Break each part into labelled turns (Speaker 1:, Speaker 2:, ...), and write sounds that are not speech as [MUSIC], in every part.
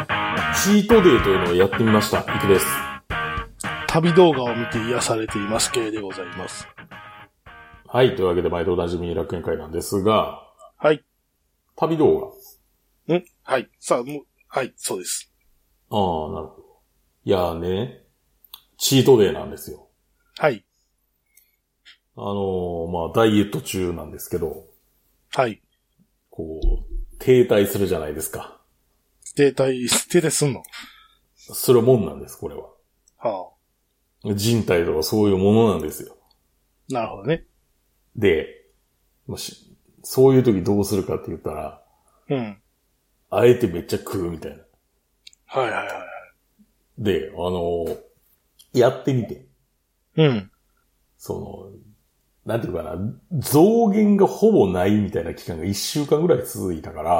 Speaker 1: チートデーというのをやってみました。いくです。
Speaker 2: 旅動画を見て癒されています系でございます。
Speaker 1: はい。というわけで、毎度おなじみ楽園会なんですが、
Speaker 2: はい。
Speaker 1: 旅動
Speaker 2: んはい。さあ、もう、はい、そうです。
Speaker 1: 画。ああ、なるほど。いやーね、チートデーなんですよ。
Speaker 2: はい。
Speaker 1: あのーまあ、ダイエット中なんですけど、
Speaker 2: はい。
Speaker 1: こう、停滞するじゃないですか。
Speaker 2: 停滞、停滞すんの
Speaker 1: するもんなんです、これは。
Speaker 2: は
Speaker 1: 人体とかそういうものなんですよ。
Speaker 2: あ。なるほどね。
Speaker 1: で、もし、そういう時どうするかって言ったら、
Speaker 2: うん。
Speaker 1: あえてめっちゃ食うみたいな。
Speaker 2: はいはいは
Speaker 1: で、あのーやってみて、
Speaker 2: い。うん。
Speaker 1: その、なんていうかな、増減がほぼないみたいな期間が1週間ぐらい続いたから、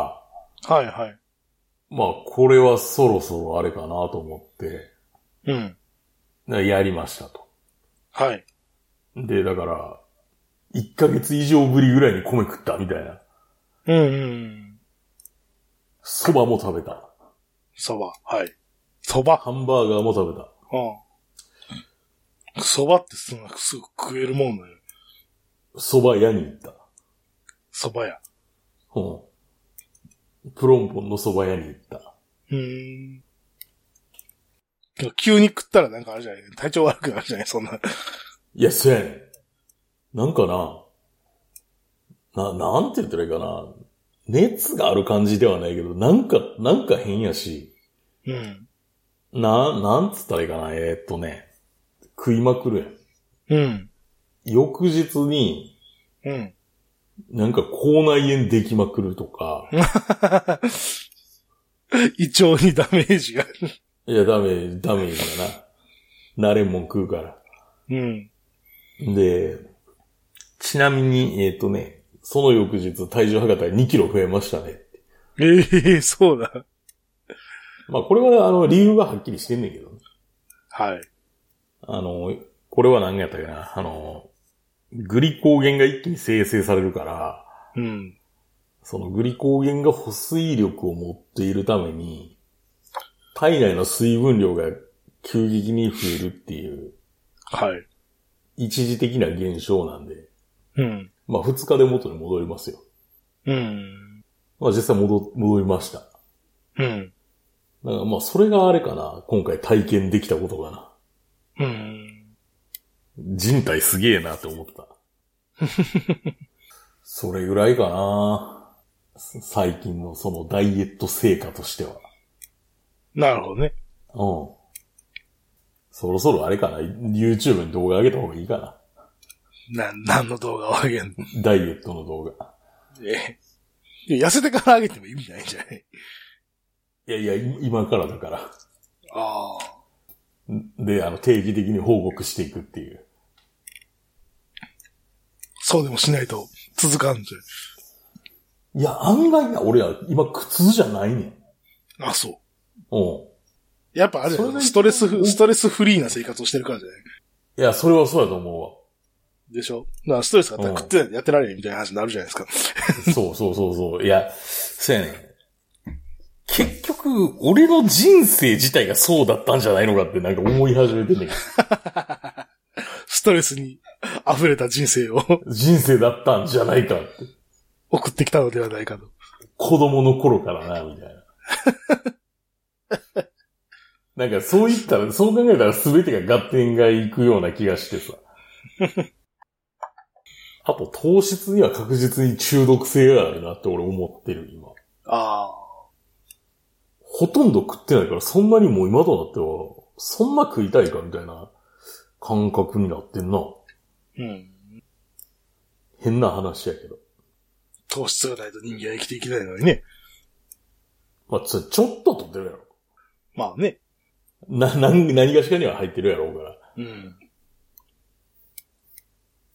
Speaker 2: はいはい。
Speaker 1: まあ、これはそろそろあれかなと思って、
Speaker 2: うん。
Speaker 1: なやりましたと。
Speaker 2: はい。
Speaker 1: で、だから、1ヶ月以上ぶりぐらいに米食ったみたいな。
Speaker 2: うんうん。
Speaker 1: 蕎麦も食べた。
Speaker 2: そば。はい。そば。
Speaker 1: ハンバーガーも食べた。
Speaker 2: うん。そばってすんなすぐ食えるもんだよ。
Speaker 1: 蕎麦屋に行った。
Speaker 2: そばや。
Speaker 1: うん。プロンポンの蕎麦屋に行った。
Speaker 2: うーん。急に食ったらなんかあるじゃない体調悪くなるじゃないそんな。
Speaker 1: いや、そうやねん。なんかな、な、なんて言ったらいいかな。熱がある感じではないけど、なんか、なんか変やし、
Speaker 2: うん。
Speaker 1: な、なんつったらいいかな。えーっとね、食いまくるやん。
Speaker 2: うん。
Speaker 1: 翌日に、
Speaker 2: うん。
Speaker 1: なんか口内炎できまくるとか、
Speaker 2: 胃腸にダメージが。
Speaker 1: いや、ダメ、ダメだな。慣れんもん食うから。
Speaker 2: うん。
Speaker 1: で、ちなみに、えっ、とね、その翌日体重測ったら2キロ増えましたね。
Speaker 2: ええそうだ。
Speaker 1: まあこれはあの理由ははっきりしてんねんけどね。
Speaker 2: はい。
Speaker 1: あの、これは何やったかな。あの、グリコーゲンが一気に生成されるから、
Speaker 2: うん。
Speaker 1: そのグリコーゲンが保水力を持っているために、体内の水分量が急激に増えるっていう
Speaker 2: はい。
Speaker 1: 一時的な現象なんで、
Speaker 2: うん。
Speaker 1: まあ2日で元に戻りますよ。
Speaker 2: うん。
Speaker 1: まあ実際戻、戻りました。
Speaker 2: うん。
Speaker 1: だからまあそれがあれかな。今回体験できたことかな。
Speaker 2: うん。
Speaker 1: 人体すげえなって思った。 [LAUGHS] それぐらいかな。す最近のそのダイエット成果としては。
Speaker 2: なるほどね。
Speaker 1: うん。そろそろあれかな。YouTube に動画上げた方がいいかな。
Speaker 2: な、何の動画を上げんの
Speaker 1: ダイエットの動画。
Speaker 2: ええいや痩せてから上げても意味ないんじゃない
Speaker 1: いやいや、い今からだか
Speaker 2: ああ。
Speaker 1: ら。んで、あの、定期的に報告していくっていう。
Speaker 2: そうでもしないと続かんじ
Speaker 1: いや、案外な、俺は今苦痛じゃないねん。
Speaker 2: ゃん。あ、そう。
Speaker 1: うん。
Speaker 2: やっぱあれだ
Speaker 1: それ
Speaker 2: よ
Speaker 1: が
Speaker 2: ストレス
Speaker 1: お
Speaker 2: フ、ストレスフリーな生活をしてるからじゃない
Speaker 1: いや、それはそうやと思うわ。
Speaker 2: でしょだからストレスがあったら食ってないとやってられへんみたいな話になるじゃないですか。
Speaker 1: [LAUGHS] そうそうそうそう。いや、そうやねん。結局、俺の人生自体がそうだったんじゃないのかってなんか思い始めてんねんけ
Speaker 2: ストレスに溢れた人生を [LAUGHS]
Speaker 1: ど。人生だったんじゃないかって。
Speaker 2: 送ってきたのではないかと。
Speaker 1: 子供の頃からな、みたい [LAUGHS] な。なんかそう言ったら、そう考えたら全てが合点がいくような気がしてさ。あと、糖質には確実に中毒性があるなって俺思ってる、今。
Speaker 2: あ
Speaker 1: ほとんど食ってないから、そんなにもう今となっては、そんな食いたいかみたいな感覚になってんな。
Speaker 2: あ。うん。
Speaker 1: 変な話やけど。
Speaker 2: 糖質がないと人間は生きていけないのにね。
Speaker 1: まあ、つちょっと取ってるやろ。
Speaker 2: まあね。
Speaker 1: な、何、何がしかには入ってるやろうから。
Speaker 2: うん。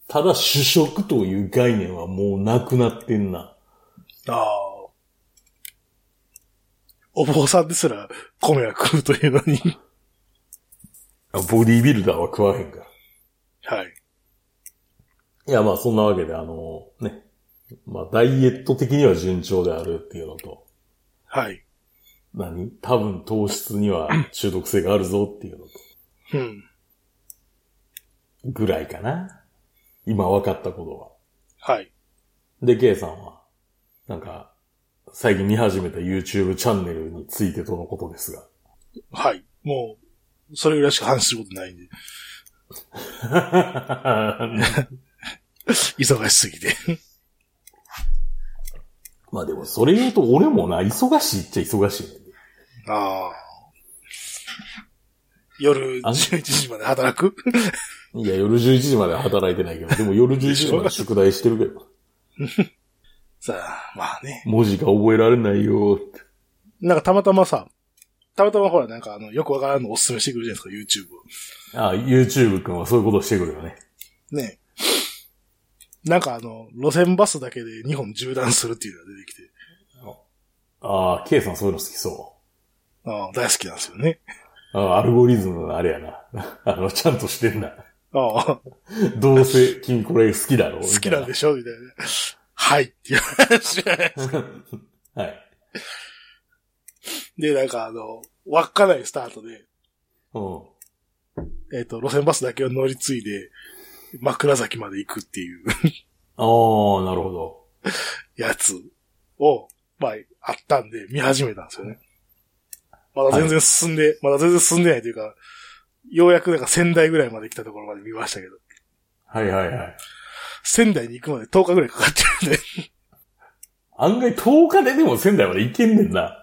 Speaker 1: ただ主食という概念はもうなくなってんな。
Speaker 2: ああ。お坊さんですら米は食うというのに。
Speaker 1: ボディービルダーは食わへんから。
Speaker 2: [LAUGHS] はい。
Speaker 1: いや、まあそんなわけで、あの、ね。まあダイエット的には順調であるっていうのと、
Speaker 2: はい。
Speaker 1: 何多分糖質には中毒性があるぞっていうのと、
Speaker 2: うん。
Speaker 1: ぐらいかな。今分かったことは。
Speaker 2: はい。
Speaker 1: で、K さんは、なんか、最近見始めた YouTube チャンネルについてとのことですが。
Speaker 2: はい。もう、それぐらいしか話することないんで、忙しすぎて。
Speaker 1: [LAUGHS] まあでも、それ言うと俺もな、忙しいっちゃ忙しいね。
Speaker 2: [LAUGHS] ああ。夜
Speaker 1: あの
Speaker 2: 11時まで働 [LAUGHS] く
Speaker 1: いや、夜11時までは働いてないけど、でも夜11時まで宿題してるけど、
Speaker 2: さあ、まあね。
Speaker 1: 文字が覚えられないよって。
Speaker 2: なんかたまたまさ、たまたまほら、なんかあの、よくわからんのおすすめしてくるじゃないですか、YouTube を。
Speaker 1: ああ、YouTube 君はそういうことをしてくるよね。
Speaker 2: ねえ。なんかあの、路線バスだけで2本縦断するっていうのが出てきて、
Speaker 1: ああ、K さんそういうの好きそ
Speaker 2: ああ、大好きなんですよね。
Speaker 1: う。ああ、アルゴリズムのあれやな。 [LAUGHS] あの、ちゃんとしてんな。
Speaker 2: ああ、
Speaker 1: どうせ君これ好きだろ
Speaker 2: 好きなん
Speaker 1: み
Speaker 2: でしょみたいな。はいっていう話。
Speaker 1: たいな。はい。
Speaker 2: で、なんかあの、稚内スタートで、
Speaker 1: うん。
Speaker 2: えっ、と、路線バスだけを乗り継いで、枕崎まで行くっていう [LAUGHS]
Speaker 1: ああ、なるほど。
Speaker 2: やつを、まあ、あったんで、見始めたんですよね。まだ全然進んで、まだ全然進んでないというか、ようやくなんか仙台ぐらいまで来たところまで見ましたけど、
Speaker 1: はいはいはい。
Speaker 2: 仙台に行くまで10日ぐらいかかってるんで、 [LAUGHS]
Speaker 1: 案外10日ででも仙台まで行けんねんな。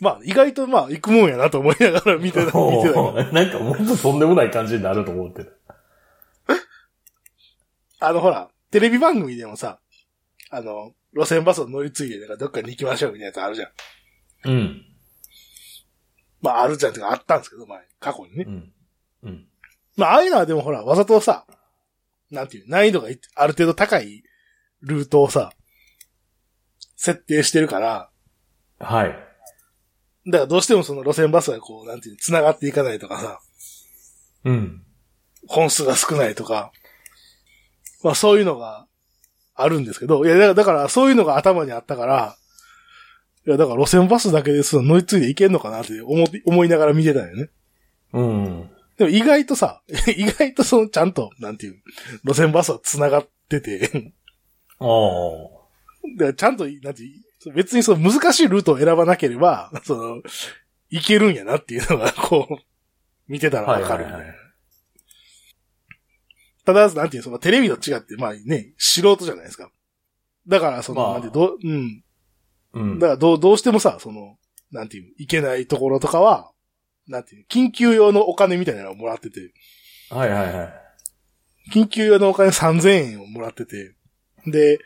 Speaker 2: まあ、意外とまあ、行くもんやなと思いながら [LAUGHS] 見てた、見てたけど。
Speaker 1: [LAUGHS] なんかもっととんでもない感じになると思ってた。
Speaker 2: あの、ほら、テレビ番組でもさ、あの、路線バスを乗り継いで、なんかどっかに行きましょうみたいなやつあるじゃん。
Speaker 1: うん。
Speaker 2: まあ、あるじゃんっていうか、あったんですけど、前、過去にね
Speaker 1: う。ん。うん。
Speaker 2: まあ、ああいうのはでもほら、わざとさ、なんていう、難易度がいある程度高いルートをさ、設定してるから、
Speaker 1: はい。
Speaker 2: だからどうしてもその路線バスがこう、なんていう、繋がっていかないとかさ、
Speaker 1: うん。
Speaker 2: 本数が少ないとか、まあそういうのがあるんですけど、いやだから、だからそういうのが頭にあったから、いやだから路線バスだけでその乗り継いでいけんのかなって思って、思いながら見てたんよね。
Speaker 1: うん。
Speaker 2: でも意外とさ、 [LAUGHS] 意外とそのちゃんと、なんていう、路線バスは繋がって [LAUGHS] て、
Speaker 1: ああ。
Speaker 2: でちゃんと、なんていう、別にその難しいルートを選ばなければ、その、いけるんやなっていうのが、こう、見てたらわかる
Speaker 1: は
Speaker 2: みたいな。
Speaker 1: いはいはい
Speaker 2: ただ、なんていう、そのテレビと違って、まあね、素人じゃないですか。だから、その、
Speaker 1: まあ
Speaker 2: なんていう、どう、うん。
Speaker 1: うん。
Speaker 2: だから、どう、どうしてもさ、その、なんていう、いけないところとかは、なんていう、緊急用のお金みたいなのをもらってて、
Speaker 1: はいはいはい。
Speaker 2: 緊急用のお金3000円をもらってて、で、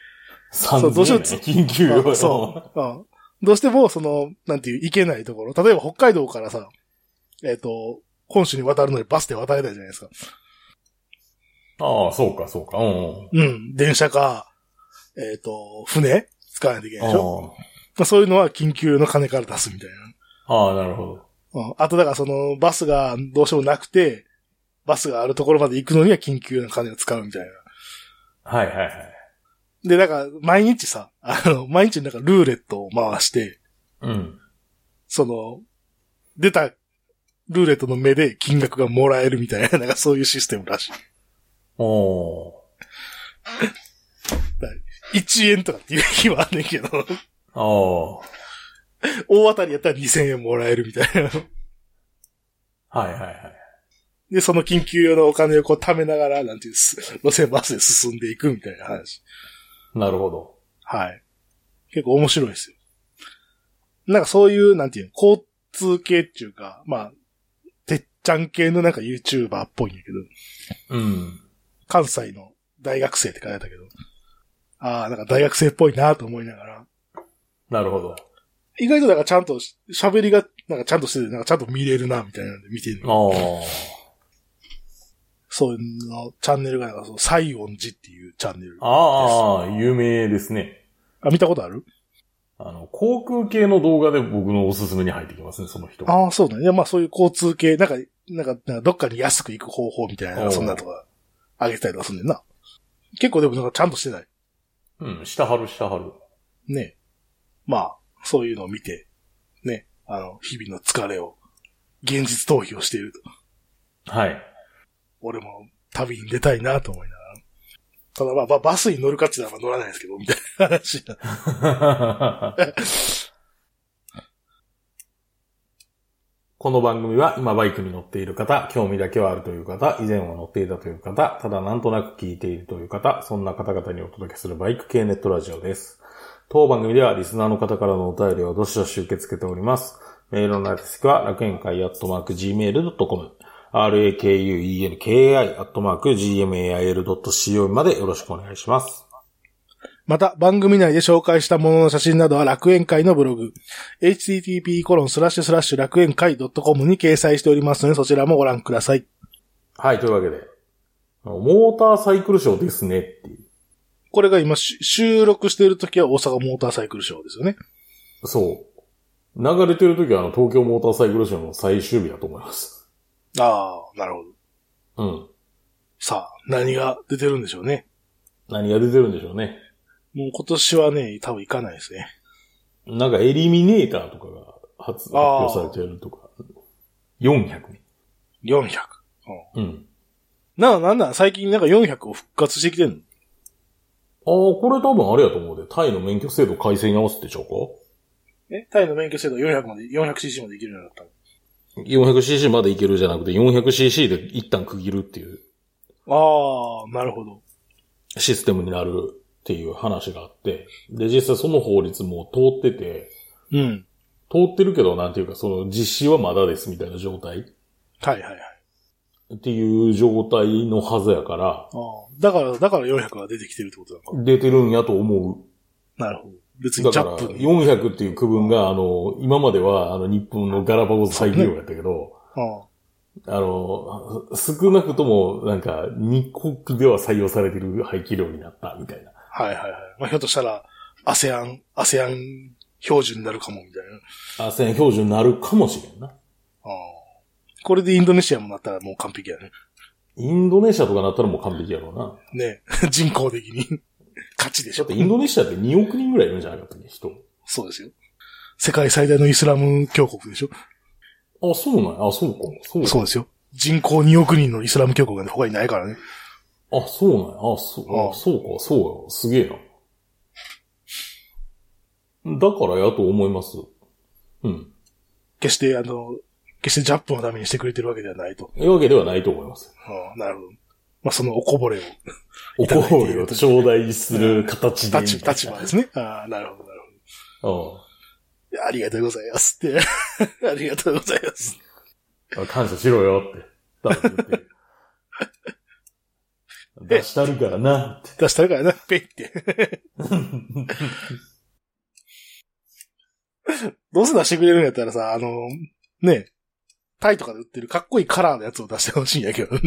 Speaker 1: そう
Speaker 2: どうしようつ
Speaker 1: 緊急用
Speaker 2: あ
Speaker 1: の。
Speaker 2: そう、うん。どうしても、その、なんていう、行けないところ。例えば北海道からさ、えっ、と、本州に渡るのにバスで渡れないじゃないですか。
Speaker 1: [LAUGHS] ああ、そうかそうか。うん。
Speaker 2: うん。電車か、えっ、と、船使わないといけないでしょ。
Speaker 1: あ
Speaker 2: まあ、そういうのは緊急の金から出すみたい
Speaker 1: あああ、なるほど。
Speaker 2: な。うん。あと、だからその、バスがどうしてもなくて、バスがあるところまで行くのには緊急の金を使うみたいな。
Speaker 1: はいはいはい。
Speaker 2: で、なんか、毎日さ、あの、毎日なんかルーレットを回して、
Speaker 1: うん。
Speaker 2: その、出たルーレットの目で金額がもらえるみたいな、 [LAUGHS] なんかそういうシステムらし
Speaker 1: おお
Speaker 2: い。1円とかっていう日はあんねんけど、 [LAUGHS]
Speaker 1: ー。あ
Speaker 2: 大当たりやったら2000円もらえるみたいな。
Speaker 1: あ。はいはいはい。
Speaker 2: で、その緊急用のお金をこう貯めながら、なんていうす、路線バスで進んでいくみたいな話。
Speaker 1: なるほど。
Speaker 2: はい。結構面白いですよ。なんかそういう、なんていう、交通系っていうか、まあ、てっちゃん系のなんか YouTuber っぽいんやけど、
Speaker 1: うん。
Speaker 2: 関西の大学生って書いてあったけど、ああ、なんか大学生っぽいなと思いながら、
Speaker 1: なるほど。
Speaker 2: 意外となんかちゃんとし喋りが、なんかちゃんとしてて、なんかちゃんと見れるなみたいなんで見てる。
Speaker 1: あ
Speaker 2: そういうの、チャンネルがなんかその、西音寺っていうチャンネル。
Speaker 1: あ。ああ、有名ですね。
Speaker 2: あ、見たことある
Speaker 1: あの、航空系の動画で僕のおすすめに入ってきますね、その人。
Speaker 2: ああ、そうだね。いや、まあそういう交通系、なんか、なんか、なんかどっかに安く行く方法みたい
Speaker 1: お
Speaker 2: な、
Speaker 1: う
Speaker 2: そんなとか、あげたりとかすんねんな。結構でもなんかちゃんとしてない。
Speaker 1: うん、下張る下張る。
Speaker 2: ね。まあ、そういうのを見て、ね。あの、日々の疲れを、現実逃避をしていると。
Speaker 1: はい。
Speaker 2: 俺も旅に出たいなと思いながら。ただまあ、ばバスに乗るかって言ったらまあ乗らないですけど、みたいな話になって。
Speaker 1: [LAUGHS] この番組は今バイクに乗っている方、興味だけはあるという方、以前は乗っていたという方、ただなんとなく聞いているという方、そんな方々にお届けするバイク系ネットラジオです。当番組ではリスナーの方からのお便りをどしどし受け付けております。メールの宛先は楽園会アットマーク Gmail.com、rakuenki アットマーク gmail.co までよろしくお願いします。
Speaker 2: また、番組内で紹介したものの写真などは楽園会のブログ、http:// 楽園会 .com に掲載しておりますので、そちらもご覧ください。
Speaker 1: はい、というわけで、モーターサイクルショーですねっていう。
Speaker 2: これが今、し収録している時は大阪モーターサイクルショーですよね。
Speaker 1: そう。流れてる時はあの東京モーターサイクルショーの最終日だと思います。
Speaker 2: ああ、なるほど。
Speaker 1: うん。
Speaker 2: さあ、何が出てるんでしょうね。
Speaker 1: 何が出てるんでしょうね。
Speaker 2: もう今年はね、多分行かないですね。
Speaker 1: なんかエリミネーターとかが発発
Speaker 2: あー
Speaker 1: 表されてるとか。400
Speaker 2: 400。
Speaker 1: うん。
Speaker 2: な、なんなん最近なんか400を復活してきてんの
Speaker 1: ああ、これ多分あれやと思うで。タイの免許制度改正に合わせてちゃうか
Speaker 2: えタイの免許制度400まで、400cc までいけるようになった
Speaker 1: ?400cc までいけるじゃなくて 400cc で一旦区切るっていう
Speaker 2: の。ああ、なるほど。
Speaker 1: システムになるっていう話があって。で、実際その法律もう通ってて、
Speaker 2: うん。
Speaker 1: 通ってるけどなんていうかその実施はまだですみたいな状態。
Speaker 2: はいはいはい。
Speaker 1: っていう状態のはずやから、
Speaker 2: ああ。だから、だから400が出てきてるってことなのか。
Speaker 1: 出てるんやと思
Speaker 2: なるほど。別
Speaker 1: う。
Speaker 2: に
Speaker 1: だ
Speaker 2: ジャ
Speaker 1: から、
Speaker 2: ップに。
Speaker 1: 400っていう区分が、あの、今までは、あの、日本のガラパゴス再利用やったけど、
Speaker 2: あ
Speaker 1: あの、少なくとも、なんか、日国では採用されてる排気量になった、みたいな。
Speaker 2: あはいはいはい。まあ、ひょっとしたら、アセアン、アセアン標準になるかも、みたいな。
Speaker 1: あ、線標準になるかもしれんな。
Speaker 2: ああ。これでインドネシアもなったらもう完璧やね。
Speaker 1: インドネシアとかなったらもう完璧やろうな。
Speaker 2: ね [LAUGHS] 人口的に。勝ちでし
Speaker 1: だ
Speaker 2: ょ
Speaker 1: ってインドネシアって2億人ぐらいいるんじゃなかったっけ、人。
Speaker 2: そうですよ。世界最大のイスラム教国でしょ
Speaker 1: あ、そうなんや。あ、そうか。そうか。
Speaker 2: そうですよ。人口2億人のイスラム教国なんて他にないからね。
Speaker 1: あ、そうなんや。あ、そう、
Speaker 2: あ
Speaker 1: あ、そうか、そうや。すげえな。だからやと思います。うん。
Speaker 2: 決して、あの、決してジャップのためにしてくれてるわけではないと。
Speaker 1: いうわけではないと思います。
Speaker 2: ああなるほど。まあ、そのおこぼれを、
Speaker 1: お
Speaker 2: ただいている
Speaker 1: 香料を頂戴する形で。
Speaker 2: 立ち、立場ですね。ああ、なるほど、なるほど
Speaker 1: う
Speaker 2: いや。ありがとうございますって。 [LAUGHS] ありがとうございます。
Speaker 1: ん。感謝しろよって。多分言って
Speaker 2: [LAUGHS]
Speaker 1: る出したるからなって。
Speaker 2: 出したるからな、 [LAUGHS] ペイって。どうせ出してくれるんやったらさ、あの、ね、タイとかで売ってるかっこいいカラーのやつを出してほしいんやけど。 [LAUGHS]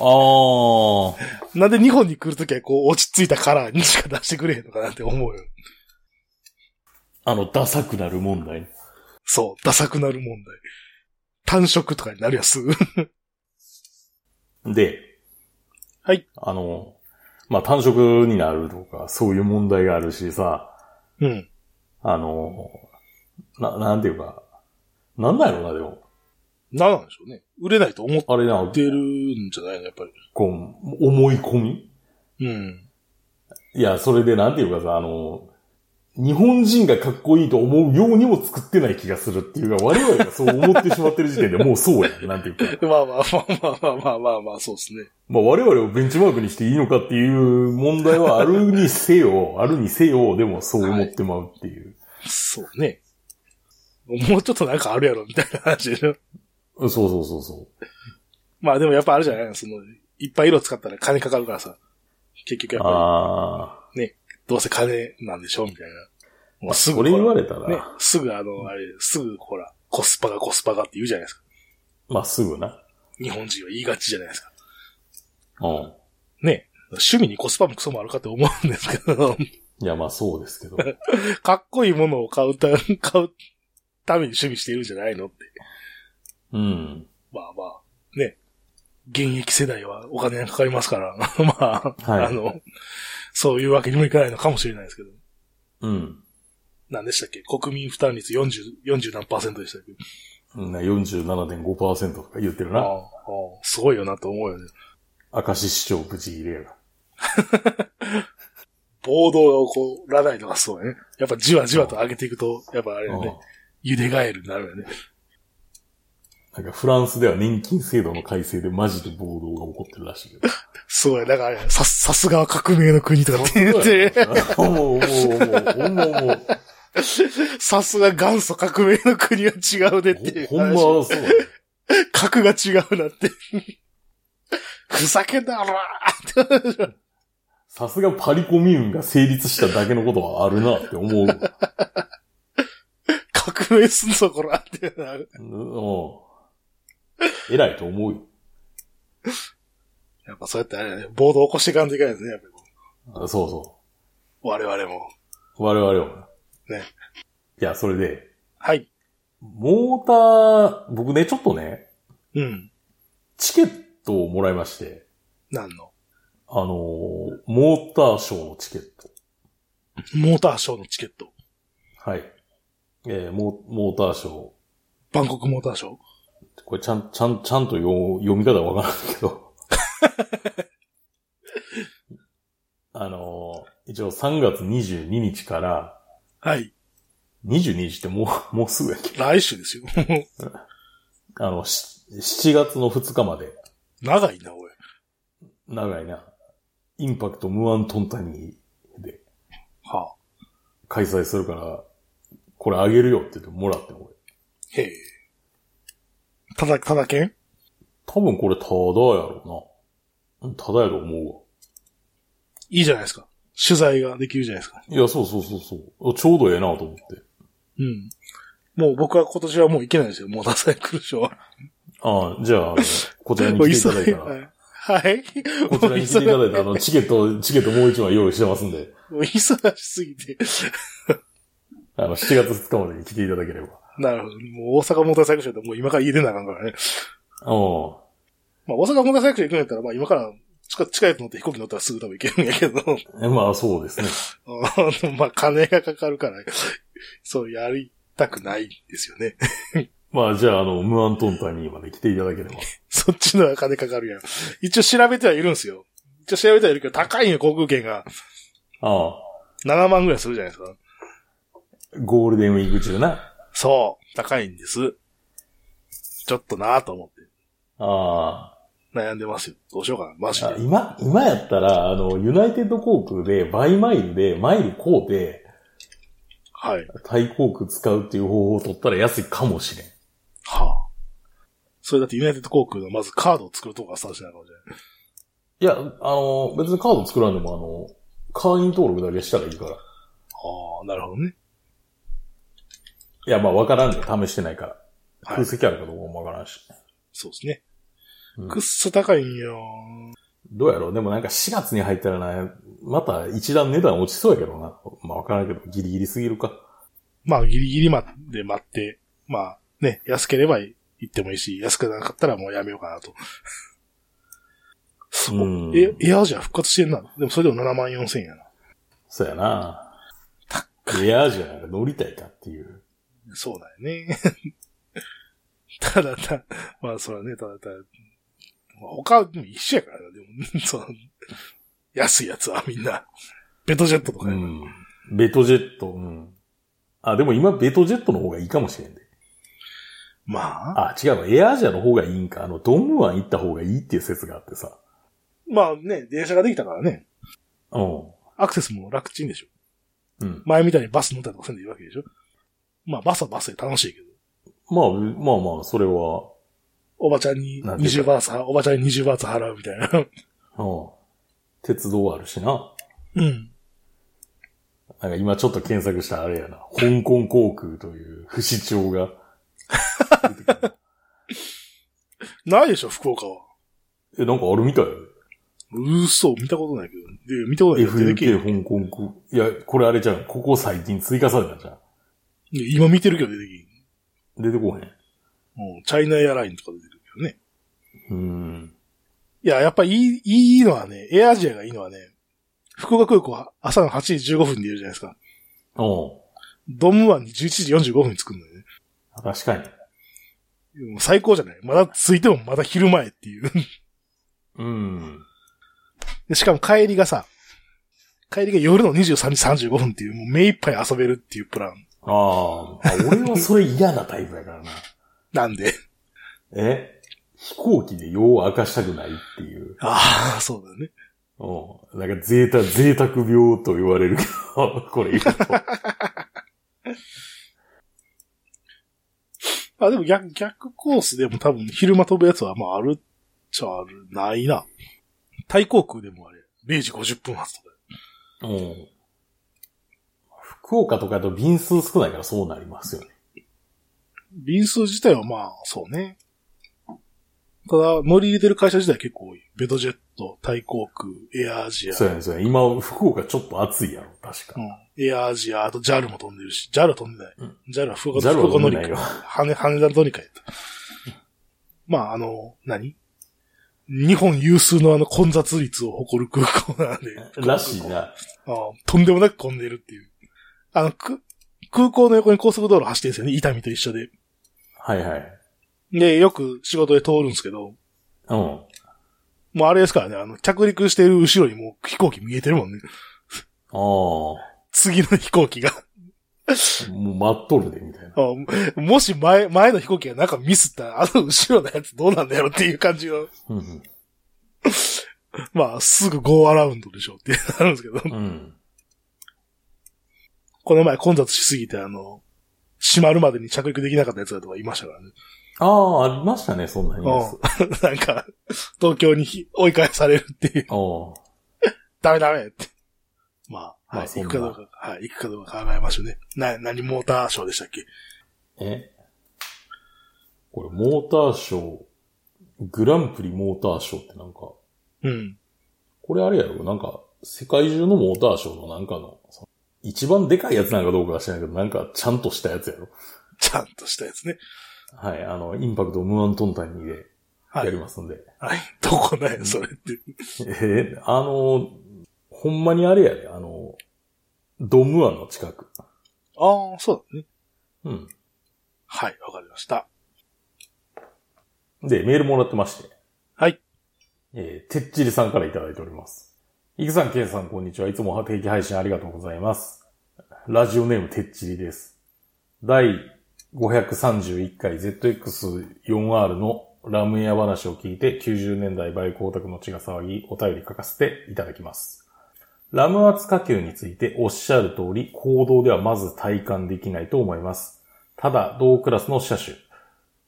Speaker 1: ああ。
Speaker 2: なんで日本に来るときはこう落ち着いたカラーにしか出してくれへんのかなって思うよ。
Speaker 1: あの、ダサくなる問題。
Speaker 2: そう、ダサくなる問題。単色とかになるやつ。
Speaker 1: で。
Speaker 2: はい。
Speaker 1: あの、まあ、単色になるとか、そういう問題があるしさ。
Speaker 2: うん。
Speaker 1: あの、な、なんていうか、なんだろうな、でも。
Speaker 2: なんなんでしょうね。売れないと思っ
Speaker 1: あれな、
Speaker 2: てるんじゃないのやっぱり。
Speaker 1: こう、思い込み
Speaker 2: うん。
Speaker 1: いや、それでなんていうかさ、あの、日本人がかっこいいと思うようにも作ってない気がするっていうか、我々がそう思ってしまってる時
Speaker 2: [LAUGHS]
Speaker 1: 点でもうそうやん、なんていうか。
Speaker 2: まあまあまあまあまあまあまあまあ、そうですね。
Speaker 1: まあ我々をベンチマークにしていいのかっていう問題はあるにせよ、あるにせよ、でもそう思ってまうっていう。
Speaker 2: そうね。もうちょっとなんかあるやろ、みたいな話でしょ。
Speaker 1: そうそうそうそ
Speaker 2: [LAUGHS] まあでもやっぱあるじゃないのその、いっぱい色使ったら金かかるからさ。結局や
Speaker 1: う。
Speaker 2: っぱ
Speaker 1: ああ、
Speaker 2: り、どうせ金なんでしょみたいな。もうすぐ
Speaker 1: これ
Speaker 2: ほ
Speaker 1: 言
Speaker 2: ら
Speaker 1: われたら、
Speaker 2: ね、すぐあの、あれ、すぐほら、コスパがコスパがって言うじゃないですか。
Speaker 1: まあすぐな。
Speaker 2: 日本人は言いがちじゃないですか。
Speaker 1: うん。
Speaker 2: ね。趣味にコスパもクソもあるかと思うんですけど、 [LAUGHS]
Speaker 1: いや、まあそうですけど。
Speaker 2: かっこいいものを買うた、買うために趣味しているんじゃないのって。
Speaker 1: うん。
Speaker 2: まあまあ、ね。現役世代はお金がかかりますから、 [LAUGHS] まあ、
Speaker 1: はい
Speaker 2: あの、そういうわけにもいかないのかもしれないですけど。
Speaker 1: うん。
Speaker 2: 何でしたっけ国民負担率40、40何パーセントでしたっけ
Speaker 1: うんね47.5%とか言ってる
Speaker 2: ああ
Speaker 1: な。
Speaker 2: ああ、すごいよなと思うよね。
Speaker 1: 明石市長ブチギレやが。
Speaker 2: 暴動が起こらないのがすごいね。やっぱじわじわと上げていくと、やっぱあれだね、
Speaker 1: う
Speaker 2: 茹でガエルになるよね。
Speaker 1: んなんかフランスでは年金制度の改正でマジで暴動が起こってるらしいよ。
Speaker 2: すごい、なんかあれ、さ、さすがは革命の国とかって言って、
Speaker 1: 思う思う思う。ほんま思う。
Speaker 2: [LAUGHS] さすが元祖革命の国は違うねっていう
Speaker 1: ほん
Speaker 2: 話。
Speaker 1: まそうだね。
Speaker 2: 格が違うなって。ふざけんな、おら
Speaker 1: さすがパリコミューンが成立しただけのことはあるなって思う。
Speaker 2: 革命すんぞ、こらってなる。
Speaker 1: うん。偉いと思うよ
Speaker 2: やっぱそうやってあれだね、暴動起こしていかんといけないですね、やっぱり。
Speaker 1: あ。そうそ
Speaker 2: 我々も。
Speaker 1: う。我々は。
Speaker 2: ね。
Speaker 1: いや、それで、
Speaker 2: はい。
Speaker 1: モーター、僕ね、ちょっとね、
Speaker 2: うん。
Speaker 1: チケットをもらいまして、
Speaker 2: なんの
Speaker 1: あのーモーターショーのチケット。
Speaker 2: モーターショーのチケット。
Speaker 1: はい。えーモモーターショー。
Speaker 2: バンコクモーターショー。
Speaker 1: これちゃん、ちゃん、ちゃんと読読み方わからないけど。 [LAUGHS] あのー一応3月22日から、
Speaker 2: はい。
Speaker 1: 22日ってもう、 [LAUGHS] もうすぐやけ
Speaker 2: 来週ですよ。 [LAUGHS]
Speaker 1: あの、し7月の2日まで、
Speaker 2: 長いな、おい。
Speaker 1: 長いな、インパクト無安トンタニーで
Speaker 2: はあ。
Speaker 1: 開催するから、これあげるよって言ってもらっても、
Speaker 2: へえ。ただ、ただけん
Speaker 1: 多分これただやろうな。うんただやと思
Speaker 2: いいじゃないですか。取材ができるじゃないですか。
Speaker 1: うわ。いや、そうそうそうそう。あちょうどええなと思って。
Speaker 2: うん。もう僕は今年はもう行けないですよ、モーターサイクルショーは。
Speaker 1: ああ、じ
Speaker 2: [LAUGHS]
Speaker 1: ゃあ、あのこちらに
Speaker 2: もう
Speaker 1: 来ていただ
Speaker 2: 急
Speaker 1: い
Speaker 2: い
Speaker 1: たら。
Speaker 2: はい。
Speaker 1: こちらに来ていただいたあ
Speaker 2: もう [LAUGHS]
Speaker 1: の、チケット、チケットもう一枚用意してますんで、
Speaker 2: 忙しすぎて。 [LAUGHS]
Speaker 1: あの、7月2日までに来ていただければ。
Speaker 2: なるほど。もう大阪モーターサイクルショーってもう今から家出なあかんからね。
Speaker 1: うん。
Speaker 2: まあ大阪モーターサイクルショー行くんやったら、まあ今から近近いやつ乗って飛行機乗ったらすぐ多分行けるんやけど。 [LAUGHS]
Speaker 1: えまあ、そうですね。
Speaker 2: うんまあ金がかかるから、そうやりたくないんですよね。 [LAUGHS]
Speaker 1: まあ、じゃあ、あの、ムアントンタニーまで来ていただければ。
Speaker 2: そっちのは金かかるやん。一応調べてはいるんですよ。一応調べてはいるけど、高いよ、航空券が。
Speaker 1: あ
Speaker 2: 7万ぐらいするじゃないですか。
Speaker 1: あ、ゴールデンウィーク中な。
Speaker 2: そう、高いんです。ちょっとなぁと思って。
Speaker 1: あ
Speaker 2: 悩んでますよ。どうしようかな、マジ
Speaker 1: ああ
Speaker 2: で。
Speaker 1: 今、今やったら、あの、ユナイテッド航空で倍マイルで、マイルこうで、
Speaker 2: はい。
Speaker 1: タイ航空使うっていう方法を取ったら安いかもしれん。
Speaker 2: はあ。それだってユナイテッド航空のまずカードを作るとこがスタートしないかもしれない。
Speaker 1: いや、あの、別にカード作らんでも、あの、会員登録だけしたらいいから。
Speaker 2: ああ、なるほどね。
Speaker 1: いや、まあ、わからんで、試してないから。
Speaker 2: は
Speaker 1: 空
Speaker 2: い。
Speaker 1: 席あるかどうかもわからんし。
Speaker 2: そうですね。
Speaker 1: うん
Speaker 2: くっそ高いんよ。
Speaker 1: どうやろうでもなんか4月に入ったらな、また一段値段落ちそうやけどな。まあわからんけど、ギリギリすぎるか。
Speaker 2: まあ、ギリギリまで待って、まあ、ね、安ければ行ってもいいし、安くなかったらもうやめようかなと。そうう。
Speaker 1: ん
Speaker 2: え、エアアジア復活してんな。でもそれでも7万4千円やな。
Speaker 1: そうやな。エアアジアなんか乗りたいかっていう。
Speaker 2: そうだよね。 [LAUGHS] ただた、まあそれはね、ただた、まあ他でも一緒やからな、でも、 [LAUGHS] その、安いやつはみんな、ベトジェットとか
Speaker 1: う
Speaker 2: やから、
Speaker 1: ん。ベトジェット、うん。あ、でも今ベトジェットの方がいいかもしれんで。
Speaker 2: まあ、
Speaker 1: あ、違うわ。エアアジアの方がいいんか。あの、ドンムワン行った方がいいっていう説があってさ。
Speaker 2: まあね、電車ができたからね、
Speaker 1: うん。
Speaker 2: アクセスも楽ちんでしょ。
Speaker 1: うん。
Speaker 2: 前みたいにバス乗ったりとかせんでいいわけでしょ。まあバスはバスで楽しいけど、
Speaker 1: まあ、まあまあ、それは、
Speaker 2: おばちゃんに
Speaker 1: なんていう
Speaker 2: 20
Speaker 1: か
Speaker 2: バーツ、おばちゃんに20バーツ払うみたいな。
Speaker 1: うん。鉄道あるしな。
Speaker 2: うん。
Speaker 1: なんか今ちょっと検索したらあれやな。香港航空という不死鳥が。 [LAUGHS]
Speaker 2: ないでしょ、福岡は。
Speaker 1: え、なんかあるみたいよ。
Speaker 2: 嘘、見たことないけど。で見たことないけど出てけえへ
Speaker 1: FUK
Speaker 2: ん
Speaker 1: 香港航空。いや、これあれじゃん。ここ最近追加されたじゃん。
Speaker 2: いや今見てるけど出てきて
Speaker 1: 出てこへん。
Speaker 2: うん、チャイナエアラインとか出てるけどね。
Speaker 1: うーん。
Speaker 2: いや、やっぱいい、いいのはね、エアアジアがいいのはね、福岡空港は朝の8時15分でいるじゃないですか。
Speaker 1: おう
Speaker 2: ドーム湾に11時45分に着くんだよね。
Speaker 1: 確かに。
Speaker 2: もう最高じゃないまだ着いてもまだ昼前っていう。 [LAUGHS]
Speaker 1: うん。
Speaker 2: でしかも帰りがさ、帰りが夜の23時35分っていう、もう目いっぱい遊べるっていうプラン
Speaker 1: あーあ、俺もそれ嫌なタイプだからな。
Speaker 2: なんで。 [LAUGHS]
Speaker 1: え飛行機で用を明かしたくないっていう。
Speaker 2: ああ、そうだね。
Speaker 1: うん。なんか贅沢、贅沢病と言われるけど、 [LAUGHS] これ言うと。
Speaker 2: あ、でも逆、逆コースでも多分昼間飛ぶやつはまああるっちゃある、ないな。タイ航空でもあれ、0時50分発とか。
Speaker 1: うん。福岡とかだと便数少ないからそうなりますよね。
Speaker 2: 便数自体はまあ、そうね。ただ、乗り入れてる会社自体結構多い。ベトジェット、タイ航空、エアアジア、
Speaker 1: そうやね、そうやね。今、福岡ちょっと暑いやろ、確か
Speaker 2: う。ん、エアアジア、あと JAL も飛んでるし、JAL は飛んでない。
Speaker 1: うん
Speaker 2: JAL は福岡
Speaker 1: ジャルは
Speaker 2: 福岡
Speaker 1: 飛
Speaker 2: 乗
Speaker 1: ん
Speaker 2: り
Speaker 1: でない
Speaker 2: 換え
Speaker 1: よ。
Speaker 2: 羽、羽田乗り換えやった。まあ、あの、何日本有数のあの混雑率を誇る空港なんで。
Speaker 1: [LAUGHS] らしいな。
Speaker 2: ああとんでもなく混んでるっていう。あの、く、空港の横に高速道路走ってるんですよね。伊丹と一緒で。
Speaker 1: はいはい。
Speaker 2: で、よく仕事で通るんですけど、
Speaker 1: うん。
Speaker 2: もうあれですからね、あの、着陸してる後ろにもう飛行機見えてるもんね。
Speaker 1: ああ、も
Speaker 2: 次の飛行機が。
Speaker 1: う待っとるで、みたいな。
Speaker 2: あももし前、前の飛行機がなんかミスったら、あの後ろのやつどうなんだよっていう感じの、
Speaker 1: うんうん。
Speaker 2: まあ、すぐゴーアラウンドでしょってなるんですけど、
Speaker 1: うん。
Speaker 2: この前混雑しすぎて、あの、閉まるまでに着陸できなかったやつだとかいましたからね。 [LAUGHS]
Speaker 1: ああ、ありましたね、そんなニュース。
Speaker 2: うん。なんか、東京にひ追い返されるっていう。
Speaker 1: ああ。
Speaker 2: ダメダメって。まあ、
Speaker 1: まあ
Speaker 2: はい、
Speaker 1: そん
Speaker 2: 行
Speaker 1: な
Speaker 2: くかどうか、はい、行くかどうか考えましょうね。な、何モーターショーでしたっけ
Speaker 1: えこれ、モーターショー、グランプリモーターショーってなんか、こ
Speaker 2: うん。
Speaker 1: れあれやろなんか、世界中のモーターショーのなんかの、その一番でかいやつなんかどうかは知らないけど、なんかちゃんとしたやつやろ
Speaker 2: ちゃんとしたやつね。
Speaker 1: はい、あの、インパクト無ントンタニーで
Speaker 2: は
Speaker 1: や
Speaker 2: い
Speaker 1: りますんで。
Speaker 2: はい。どこなんや、それって。
Speaker 1: えーあの、ほんまにあれやで、あの、ドムアの近く。
Speaker 2: ああ、そうだね。
Speaker 1: うん。
Speaker 2: はい、わかりました。
Speaker 1: で、メールもらってまして。
Speaker 2: はい。
Speaker 1: えー、てっちりさんからいただいております。いくさん、けいさん、こんにちは。いつも定期配信ありがとうございます。ラジオネームてっちりです。第531回 ZX4R のラムエア話を聞いて90年代バイクオタクの血が騒ぎお便り書かせていただきます。ラム圧火球についておっしゃる通り行動ではまず体感できないと思います。ただ、同クラスの車種、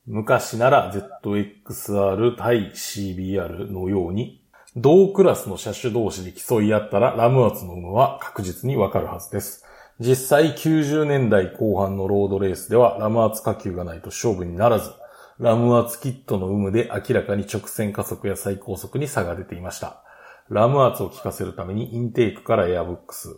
Speaker 1: 昔なら ZXR 対 CBR のように、同クラスの車種同士で競い合ったらラム圧の有無は確実にわかるはずです。実際90年代後半のロードレースではラム圧火球がないと勝負にならず、ラム圧キットの有無で明らかに直線加速や最高速に差が出ていました。ラム圧を効かせるためにインテークからエアボックス、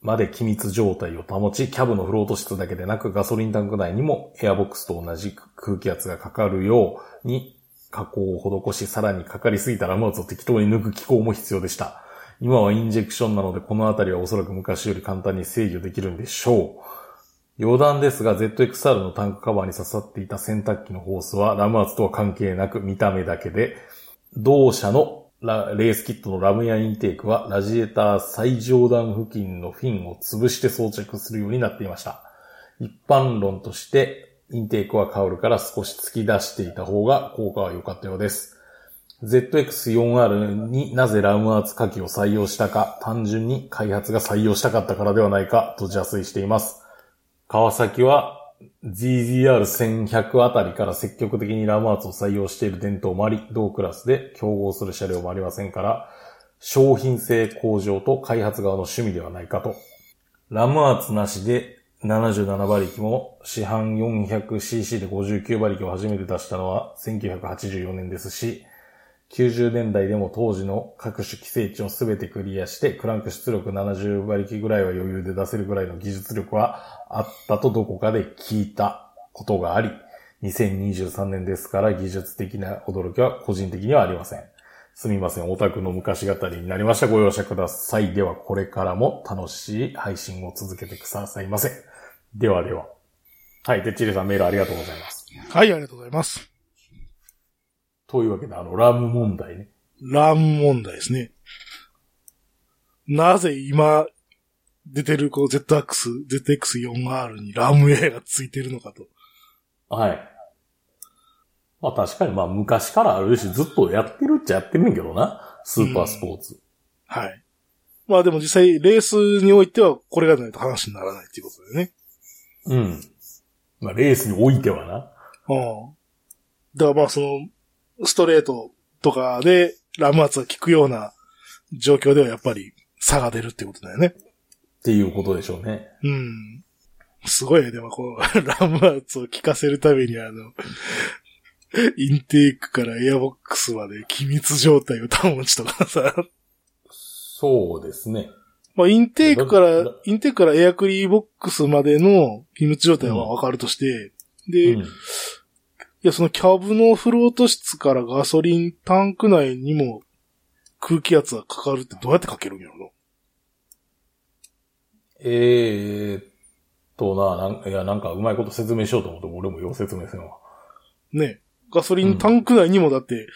Speaker 1: まで機密状態を保ち、キャブのフロート室だけでなくガソリンタンク内にもエアボックスと同じく空気圧がかかるように加工を施し、さらにかかりすぎたラム圧を適当に抜く機構も必要でした。今はインジェクションなのでこのあたりはおそらく昔より簡単に制御できるんでしょう。余談ですが ZXR のタンクカバーに刺さっていた洗濯機のホースはラム圧とは関係なく見た目だけで、同社のラレースキットのラムやインテークは、ラジエーター最上段付近のフィンを潰して装着するようになっていました。一般論として、インテークはカウルから少し突き出していた方が効果は良かったようです。ZX4R になぜラム圧火器を採用したか、単純に開発が採用したかったからではないかと邪推しています。川崎は GZR1100 あたりから積極的にラム圧を採用している伝統もあり、同クラスで競合する車両もありませんから、商品性向上と開発側の趣味ではないかと。ラム圧なしで77馬力も市販 400cc で59馬力を初めて出したのは1984年ですし、90年代でも当時の各種規制値を全てクリアして、クランク出力70馬力ぐらいは余裕で出せるぐらいの技術力はあったとどこかで聞いたことがあり、2023年ですから技術的な驚きは個人的にはありません。すみません、オタクの昔語りになりました。ご容赦ください。では、これからも楽しい配信を続けてくださいませ。ではでは。はい。で、チリさんメールありがとうございます。
Speaker 2: はい、ありがとうございます。
Speaker 1: というわけで、あの、ラム問題ね。
Speaker 2: ラン問題ですね。なぜ今、出てるこの ZX、ZX4R にラム A がついてるのかと。
Speaker 1: はい。まあ確かにまあ昔からあるし、ずっとやってるっちゃやってんねんけどな。スーパースポーツ。
Speaker 2: はい。まあでも実際、レースにおいてはこれがないと話にならないっていうことだよね。
Speaker 1: うん。まあレースにおいてはな。
Speaker 2: うん。だからまあその、ストレートとかでラム圧が効くような状況ではやっぱり差が出るっていうことだよね。
Speaker 1: っていうことでしょうね。
Speaker 2: うん。すごいね。でもこう、 [LAUGHS] ラム圧を効かせるためにあの、インテークからエアボックスまで機密状態を保ちとかさ。
Speaker 1: そうですね。
Speaker 2: [LAUGHS] まあ、インテーク
Speaker 1: だ
Speaker 2: から
Speaker 1: だ、
Speaker 2: インテークからエアクリーボックスまでの機密状態はわかるとして、
Speaker 1: う
Speaker 2: で、い
Speaker 1: ん。
Speaker 2: や、そのキャブのフロート室からガソリンタンク内にも空気圧がかかるってどうやってかけるんやろな
Speaker 1: えーっとな、なんいや、なんかうまいこと説明しようと思っても俺もよう説明せんわ。
Speaker 2: ね、ガソリンタンク内にもだって、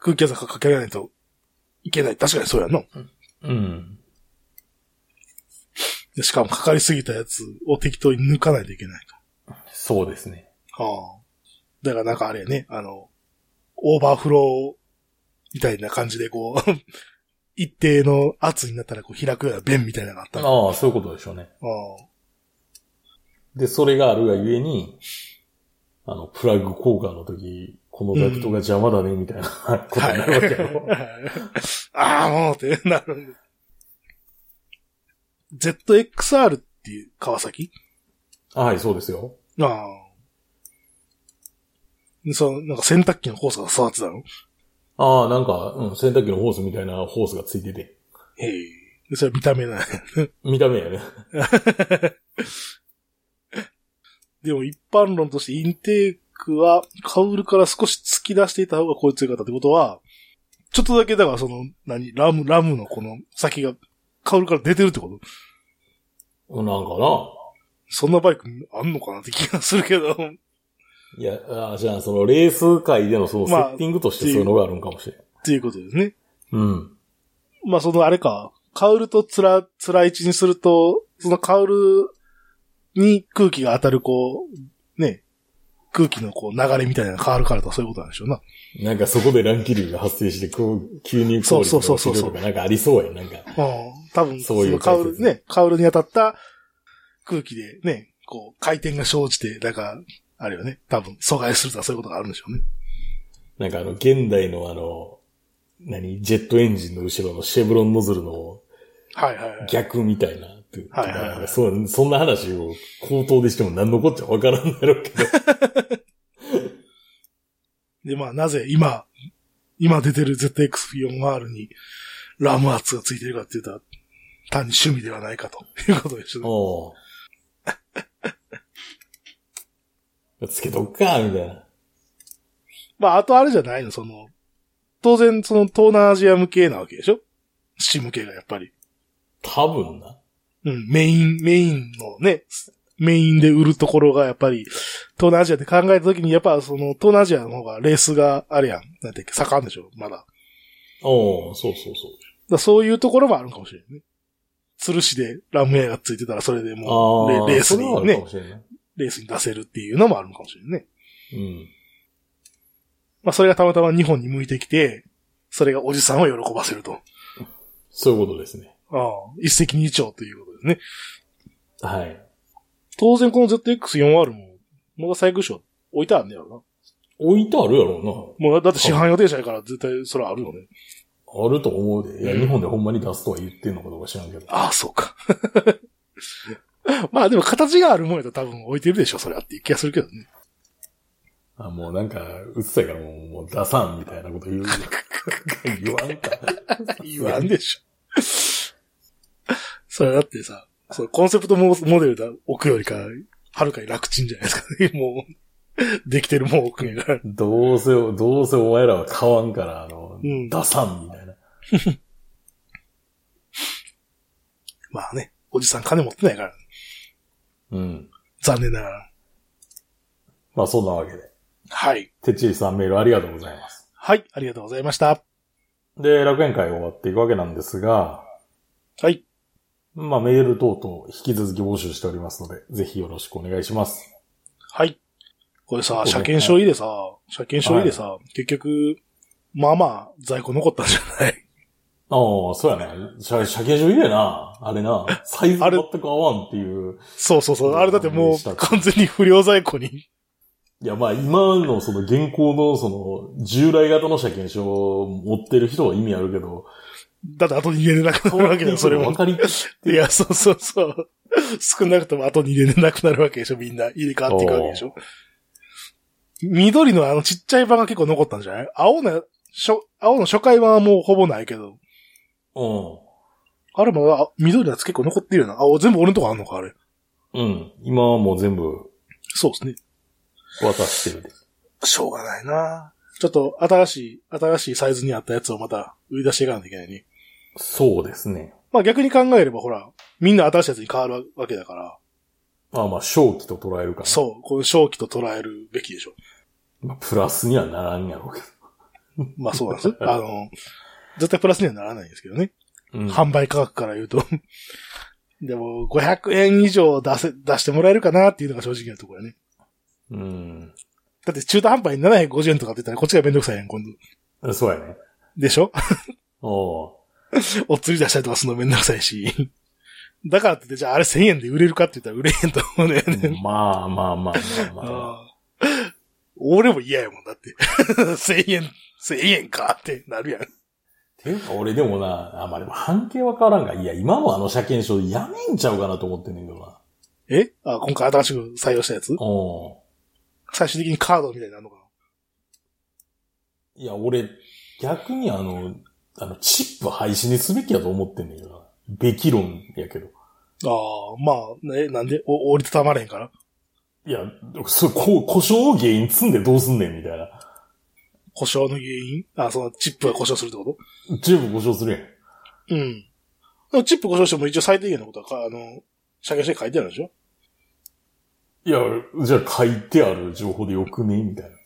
Speaker 2: 空気圧がかけられないといけない。確かにそうやんな。
Speaker 1: うん。
Speaker 2: でしかもかかりすぎたやつを適当に抜かないといけない
Speaker 1: そうですね。
Speaker 2: と。はあ。だからなんかあれやね、あの、オーバーフローみたいな感じでこう、 [LAUGHS] 一定の圧になったらこう開くような弁みたいなのがあったの。あ
Speaker 1: ああ、そういうことでしょうね。
Speaker 2: あ
Speaker 1: で、それがあるがゆえに、あの、プラグ交換の時、このダクトが邪魔だね、みたいなことになるわけやろ。
Speaker 2: [LAUGHS]
Speaker 1: [LAUGHS]
Speaker 2: ああ、もうってなるんです。ZXR っていう川崎
Speaker 1: はい、そうですよ。
Speaker 2: ああ。そう、なんか洗濯機のコースが育つだろ
Speaker 1: ああ、なんか、うん、洗濯機のホースみたいなホースがついてて。
Speaker 2: ええ。でそれ見た目ない。
Speaker 1: 見た目やね。
Speaker 2: [LAUGHS] でも一般論としてインテークはカウルから少し突き出していた方が効率よかったってことは、ちょっとだけだからその、何、ラム、ラムのこの先がカウルから出てるってこと
Speaker 1: なんかな。
Speaker 2: そんなバイクあんのかなって気がするけど。 [LAUGHS]
Speaker 1: いや、ああじゃあ、そのレース界でのそのセ
Speaker 2: まあ
Speaker 1: ッティングとしてそういうのがあるんかもしれん。
Speaker 2: っていうことですね。
Speaker 1: うん。
Speaker 2: まあそのあれか、カウルとつら、つらいちにすると、そのカウルに空気が当たるこう、ね、空気のこう流れみたいなのが変わるからとかそういうことなんでしょうな。
Speaker 1: なんかそこで乱気流が発生して、こう、急に
Speaker 2: そうそうそうそう
Speaker 1: とか、なんかありそうやん、なんか。
Speaker 2: うん。多分、
Speaker 1: そういう
Speaker 2: のカウ
Speaker 1: 解
Speaker 2: ル、
Speaker 1: 説
Speaker 2: ね、カウルに当たった空気でね、こう、回転が生じて、なんか、あれよね、多分、阻害するとかそういうことがあるんでしょうね。
Speaker 1: なんかあの、現代のあの、何、ジェットエンジンの後ろのシェブロンノズルの
Speaker 2: はいはいはい。
Speaker 1: 逆みたいな。っていう
Speaker 2: はいはいはい
Speaker 1: そうそんな話を口頭でしても何のこっちゃわからんだろうけど。
Speaker 2: で、まあ、なぜ今、今出てる ZX4R にラム圧がついてるかって言ったら、単に趣味ではないかということでしょ [LAUGHS] うね。
Speaker 1: おうつけとくか、みたいな。
Speaker 2: まあ、あとあれじゃないの、その、当然、その東南アジア向けなわけでしょ市向けがやっぱり。
Speaker 1: 多分な。
Speaker 2: うん、メイン、メインのね、メインで売るところがやっぱり、東南アジアって考えたときに、やっぱその、東南アジアの方がレースがあれやん、なんていうか、盛んでしょ、まだ。だか
Speaker 1: おうそうそうそう。
Speaker 2: らそういうところもあるかもしれないね。鶴市でラムエアがついてたら、それでもう
Speaker 1: ああ、
Speaker 2: レ、レース
Speaker 1: それはあ
Speaker 2: に
Speaker 1: るか
Speaker 2: ね
Speaker 1: も、しれんな
Speaker 2: レースに出せるっていうのもあるのかもしれないね。
Speaker 1: うん。
Speaker 2: まあ、それがたまたま日本に向いてきて、それがおじさんを喜ばせると。
Speaker 1: そういうことですね。
Speaker 2: ああ、一石二鳥ということですね。
Speaker 1: はい。
Speaker 2: 当然この ZX4R も、まだ最高賞置いてあるんねやろな。
Speaker 1: 置いてあるやろ
Speaker 2: もうだって市販予定車やから絶対それあるよね。
Speaker 1: うな。あると思うで。いや、
Speaker 2: うん
Speaker 1: 日本でほんまに出すとは言ってんのかどうか知らんけど。
Speaker 2: ああ、そうか。 [LAUGHS] まあでも形があるもんやと多分置いてるでしょ、それはっていう気がするけどね。
Speaker 1: あ、もうなんか、うっさいからもう、もう出さんみたいなこと言う。 [LAUGHS] 言わんか。
Speaker 2: 言わんでしょ。 [LAUGHS] それだってさ、そうコンセプトモモデルだ置くよりか、はるかに楽ちんじゃないですか、ね。 [LAUGHS] もう、できてるもん置くんやから。
Speaker 1: どうせ、どうせお前らは買わんから、あの、
Speaker 2: うん
Speaker 1: 出さんみたいな。
Speaker 2: まあね、おじさん金持ってないから。
Speaker 1: うん。
Speaker 2: 残念ながら。
Speaker 1: まあそんなわけで。
Speaker 2: はい。
Speaker 1: てっちりさんメールありがとうございます。
Speaker 2: はい、ありがとうございました。
Speaker 1: で、楽園会終わっていくわけなんですが、
Speaker 2: はい。
Speaker 1: まあメール等々引き続き募集しておりますので、ぜひよろしくお願いします。
Speaker 2: はい。これさ
Speaker 1: ご、めん
Speaker 2: 車検証入れさ、車検証入れさ、結局、まあまあ、在庫残ったんじゃ [LAUGHS] ない
Speaker 1: ああ、そうやね。車車検証いいやな。あれな。サイズ
Speaker 2: あれ
Speaker 1: 全く合わんっていう。
Speaker 2: そうそうそう。あれだっても
Speaker 1: した
Speaker 2: う完全に不良在庫に。 [LAUGHS]
Speaker 1: いや、まあ今のその現行のその従来型の車検証を持ってる人は意味あるけど、
Speaker 2: だって後に入れれなくなるわけ
Speaker 1: [LAUGHS]
Speaker 2: [LAUGHS] だよ、それ
Speaker 1: わ
Speaker 2: も。
Speaker 1: かりきっ
Speaker 2: いや、そうそうそう。少なくとも後に入れれなくなるわけでしょ、みんな。入れ替わっていくわけでしょ。緑のあのちっちゃい版が結構残ったんじゃない青の、しょ青の初回版はもうほぼないけど。あれもあ緑のやつ結構残ってるよな。あ、全部俺のとこあんのか、あれ。
Speaker 1: うん。うん。今はもう全部
Speaker 2: そうですね。
Speaker 1: 渡してるで。
Speaker 2: しょうがないなちょっと、新しい、新しいサイズに合ったやつをまた売り出していかないといけないね。
Speaker 1: そうですね。
Speaker 2: まあ逆に考えればほら、みんな新しいやつに変わるわけだから、
Speaker 1: まあまあ、正気と捉えるから。
Speaker 2: そう、この正気と捉えるべきでしょ。
Speaker 1: まあ、プラスにはならんやろうけ
Speaker 2: まあそうなんです [LAUGHS] よ。あの、絶対プラスにはならないんですけどね。
Speaker 1: ど。うん。
Speaker 2: 販売価格から言うと。でも、500円以上出せ、出してもらえるかなっていうのが正直なところやね。
Speaker 1: うん。
Speaker 2: だって中途半端に750円とかって言ったらこっちがめんどくさいやん、今度。
Speaker 1: そうやね。
Speaker 2: でしょ
Speaker 1: おう
Speaker 2: お釣り出したりとかするのめんどくさいし。 [LAUGHS] だからって、じゃああれ1000円で売れるかって言ったら売れへんと思う [LAUGHS] ね。 [LAUGHS]
Speaker 1: まあまあまあまあまあ。
Speaker 2: うん俺も嫌やもん、だって。1000円、1000円かってなるやん。
Speaker 1: ていうか、俺でもな、あ、まあでも半径は変わらんが、いや、今もあの車検証やめんちゃうかなと思ってんねんけどな。
Speaker 2: えあ、今回新しく採用したやつ
Speaker 1: お
Speaker 2: 最終的にカードみたいになるのか
Speaker 1: うん。いや、俺、逆にあの、あの、チップ廃止にすべきやと思ってんねんけどな。べき論やけど。
Speaker 2: なああ、まあ、え、なんでお折りたたまれへんから
Speaker 1: いや、それ、こう、故障を原因積んでどうすんねんみたいな。
Speaker 2: 故障の原因あ、そのチップが故障するってこ
Speaker 1: 十分故障するやん。
Speaker 2: とうん。でもチップ故障しても一応最低限のことはか、あの、車検して書いてあるでしょ
Speaker 1: いや、じゃあ書いてある情報でよくねみたいな。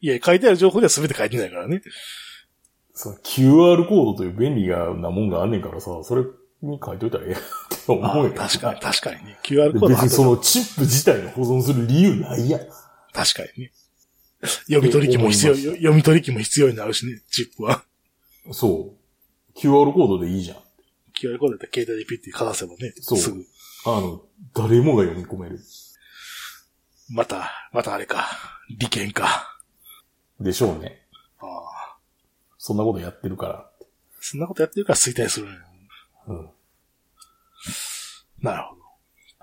Speaker 2: いや、書いてある情報では全て書いてないからね。
Speaker 1: その QR コードという便利なもんがあんねんからさ、それに書いといたらええやんって思う
Speaker 2: あ
Speaker 1: よ
Speaker 2: あ。確かに、確かにね。QR コード
Speaker 1: で
Speaker 2: 貼
Speaker 1: 別
Speaker 2: っ
Speaker 1: に
Speaker 2: てた
Speaker 1: そのチップ自体の保存する理由ないやん。
Speaker 2: 確かにね。読み取り機も必要、
Speaker 1: 思いました
Speaker 2: 読み取り機も必要になるしね、チップは。
Speaker 1: そう。QR コードでいいじゃん。
Speaker 2: QR コードだったら携帯でピッてかざせばね、
Speaker 1: そう
Speaker 2: すぐ。
Speaker 1: あの、誰もが読み込める。
Speaker 2: また、またあれか。利権か。
Speaker 1: でしょうね。
Speaker 2: ああ。
Speaker 1: そんなことやってるから。
Speaker 2: そんなことやってるから衰退するのよ
Speaker 1: うん。
Speaker 2: なるほど。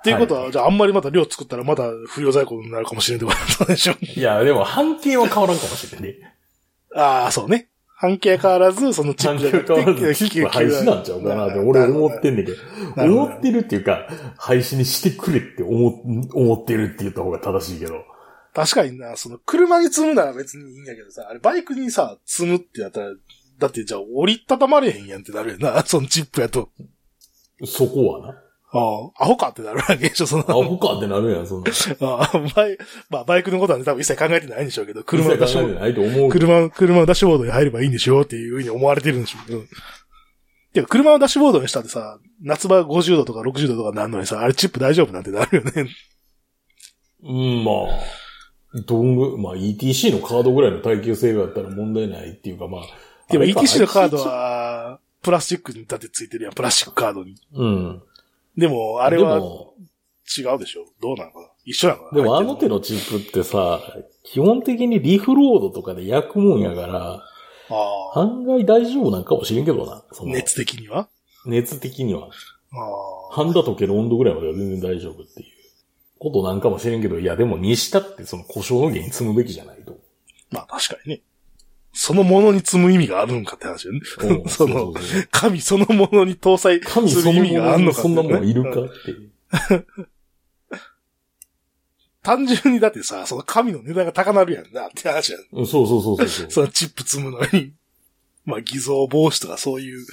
Speaker 2: っていうことは、じゃああんまりまた量作ったらまた不良在庫になるかもしれんってことなんでしょ。
Speaker 1: いや、でも半径は変わらんかもしれない [LAUGHS] ね。
Speaker 2: [LAUGHS] ああ、そうね。半径変わらず、そのチッ
Speaker 1: 半
Speaker 2: プじゃ
Speaker 1: 径
Speaker 2: なく
Speaker 1: 変
Speaker 2: て、
Speaker 1: わらずチップ廃止なんちゃうかなって俺思ってんねんけど。
Speaker 2: なるほど
Speaker 1: 思ってるっていうか、廃止にしてくれって思、思ってるって言った方が正しいけど。
Speaker 2: 確かにな、その、車に積むなら別にいいんやけどさ、あれ、バイクにさ、積むってやったら、だってじゃあ折りたたまれへんやんってなるよな、 [LAUGHS] そのチップやと。
Speaker 1: そこはな。
Speaker 2: ああ、アホかってなるわけでしょ、その、
Speaker 1: アホかってなるやん、そんな。
Speaker 2: ああバイ、まあ、バイクのことはね、多分一切考えてないんでしょうけど、車のダッシュボ
Speaker 1: じ
Speaker 2: ー
Speaker 1: ゃないと思
Speaker 2: ド、
Speaker 1: うけど。
Speaker 2: 車の、車のダッシュボードに入ればいいんでしょっていうふうに思われてるんでしょうけど。てか、車のダッシュボードにしたってさ、夏場50度とか60度とかなんのにさ、あれチップ大丈夫なんて
Speaker 1: [LAUGHS]
Speaker 2: なるよね。
Speaker 1: うん、まあ、どんぐ、まあ ETC のカードぐらいの耐久性があったら問題ないっていうか、まあ。
Speaker 2: でも
Speaker 1: あれか
Speaker 2: ETC のカード、は、プラスチックにだってついてるやん、プラスチックカードに。
Speaker 1: うん。
Speaker 2: でも、あれ
Speaker 1: で
Speaker 2: は
Speaker 1: も、
Speaker 2: 違うでしょどうなのかな一緒なのか
Speaker 1: で
Speaker 2: な
Speaker 1: もあの手
Speaker 2: の。
Speaker 1: のチップってさ、基本的にリフロードとかで焼くもんやから、
Speaker 2: ああ。
Speaker 1: 案外大丈夫なんかもしれんけどな。その
Speaker 2: 熱的には
Speaker 1: 熱的には。
Speaker 2: ああ。
Speaker 1: ハンダ溶ける温度ぐらいまでは全然大丈夫っていうことなんかもしれんけど、いやでもにしたってその故障の原因積むべきじゃない
Speaker 2: [LAUGHS]
Speaker 1: と。
Speaker 2: まあ確かにね。そのものに積む意味があるんかって話よね。
Speaker 1: うん
Speaker 2: その
Speaker 1: うそう
Speaker 2: 神そのものに搭載
Speaker 1: 神
Speaker 2: す
Speaker 1: そ
Speaker 2: る
Speaker 1: の
Speaker 2: 意
Speaker 1: も
Speaker 2: 味が
Speaker 1: の
Speaker 2: あるの
Speaker 1: に
Speaker 2: か
Speaker 1: そんなもんいるか
Speaker 2: うん
Speaker 1: っていう。
Speaker 2: 単純にだってさ、その神の値段が高なるやんなって話やん。
Speaker 1: うんそうそうそうそうそ。
Speaker 2: [LAUGHS] そうのチップ積むのに。まあ偽造防止とかそういう。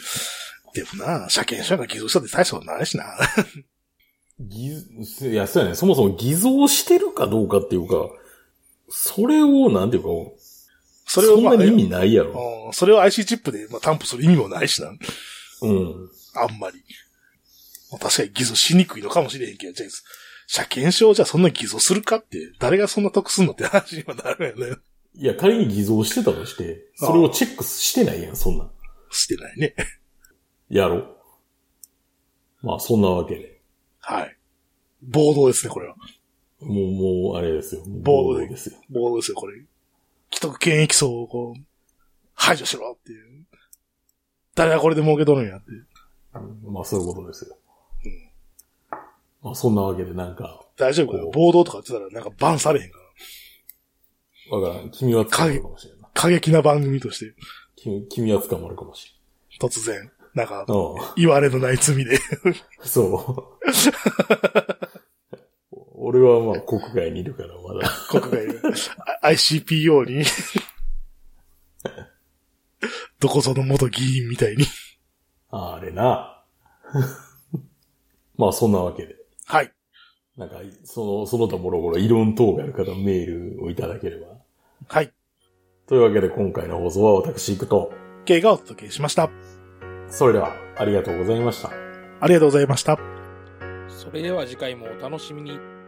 Speaker 2: でもな、車検証が偽造したって大したことないしな。
Speaker 1: 偽、いや、そうやね。そもそも偽造してるかどうかっていうか、それを、なんていうか、
Speaker 2: それを、まあ、
Speaker 1: んなに意味ないやろ。
Speaker 2: うんそれを IC チップで、まあ、担保する意味もないしな。
Speaker 1: うん。
Speaker 2: あんまり。まあ確かに偽造しにくいのかもしれへんけど、じゃあ、車検証をじゃあそんな偽造するかって、誰がそんな得すんのって話にはなるよね。
Speaker 1: いや、仮に偽造してたとして、それをチェックしてないやん、そんなん。
Speaker 2: してないね。
Speaker 1: やろ。まあ、そんなわけで。
Speaker 2: はい。暴動ですね、これは。
Speaker 1: もう、もう、あれですよ。もう
Speaker 2: 暴動
Speaker 1: 暴動ですよ。
Speaker 2: 暴動ですよ、これ。既得権益層をこう、排除しろっていう。誰がこれで儲けとるんやって。
Speaker 1: まあ、そういうことですよ。まあ、そんなわけで、なんか、
Speaker 2: 大丈夫か
Speaker 1: こ
Speaker 2: よ
Speaker 1: う
Speaker 2: 暴動とか言ってたらなんかバンされへんから。
Speaker 1: わからん。君は捕まるかもしれんない。
Speaker 2: 過激な番組として、
Speaker 1: 君君は捕まるかもし
Speaker 2: 突然、なんか
Speaker 1: れ、ん。うん。
Speaker 2: 言われのない罪で。
Speaker 1: そう。 [LAUGHS] 俺はまあ国外にいるからまだ。
Speaker 2: 国外が、あ ICPO に、どこぞの元議員みたいに。
Speaker 1: ああれな。 [LAUGHS] まあそんなわけで。
Speaker 2: はい。
Speaker 1: なんか、その、その他もろもろいろん等がある方メールをいただければ。
Speaker 2: はい。
Speaker 1: というわけで今回の放送は私行くと。
Speaker 2: K がお届けしました。
Speaker 1: それではありがとうございました。
Speaker 2: ありがとうございました。
Speaker 3: それでは次回もお楽しみに。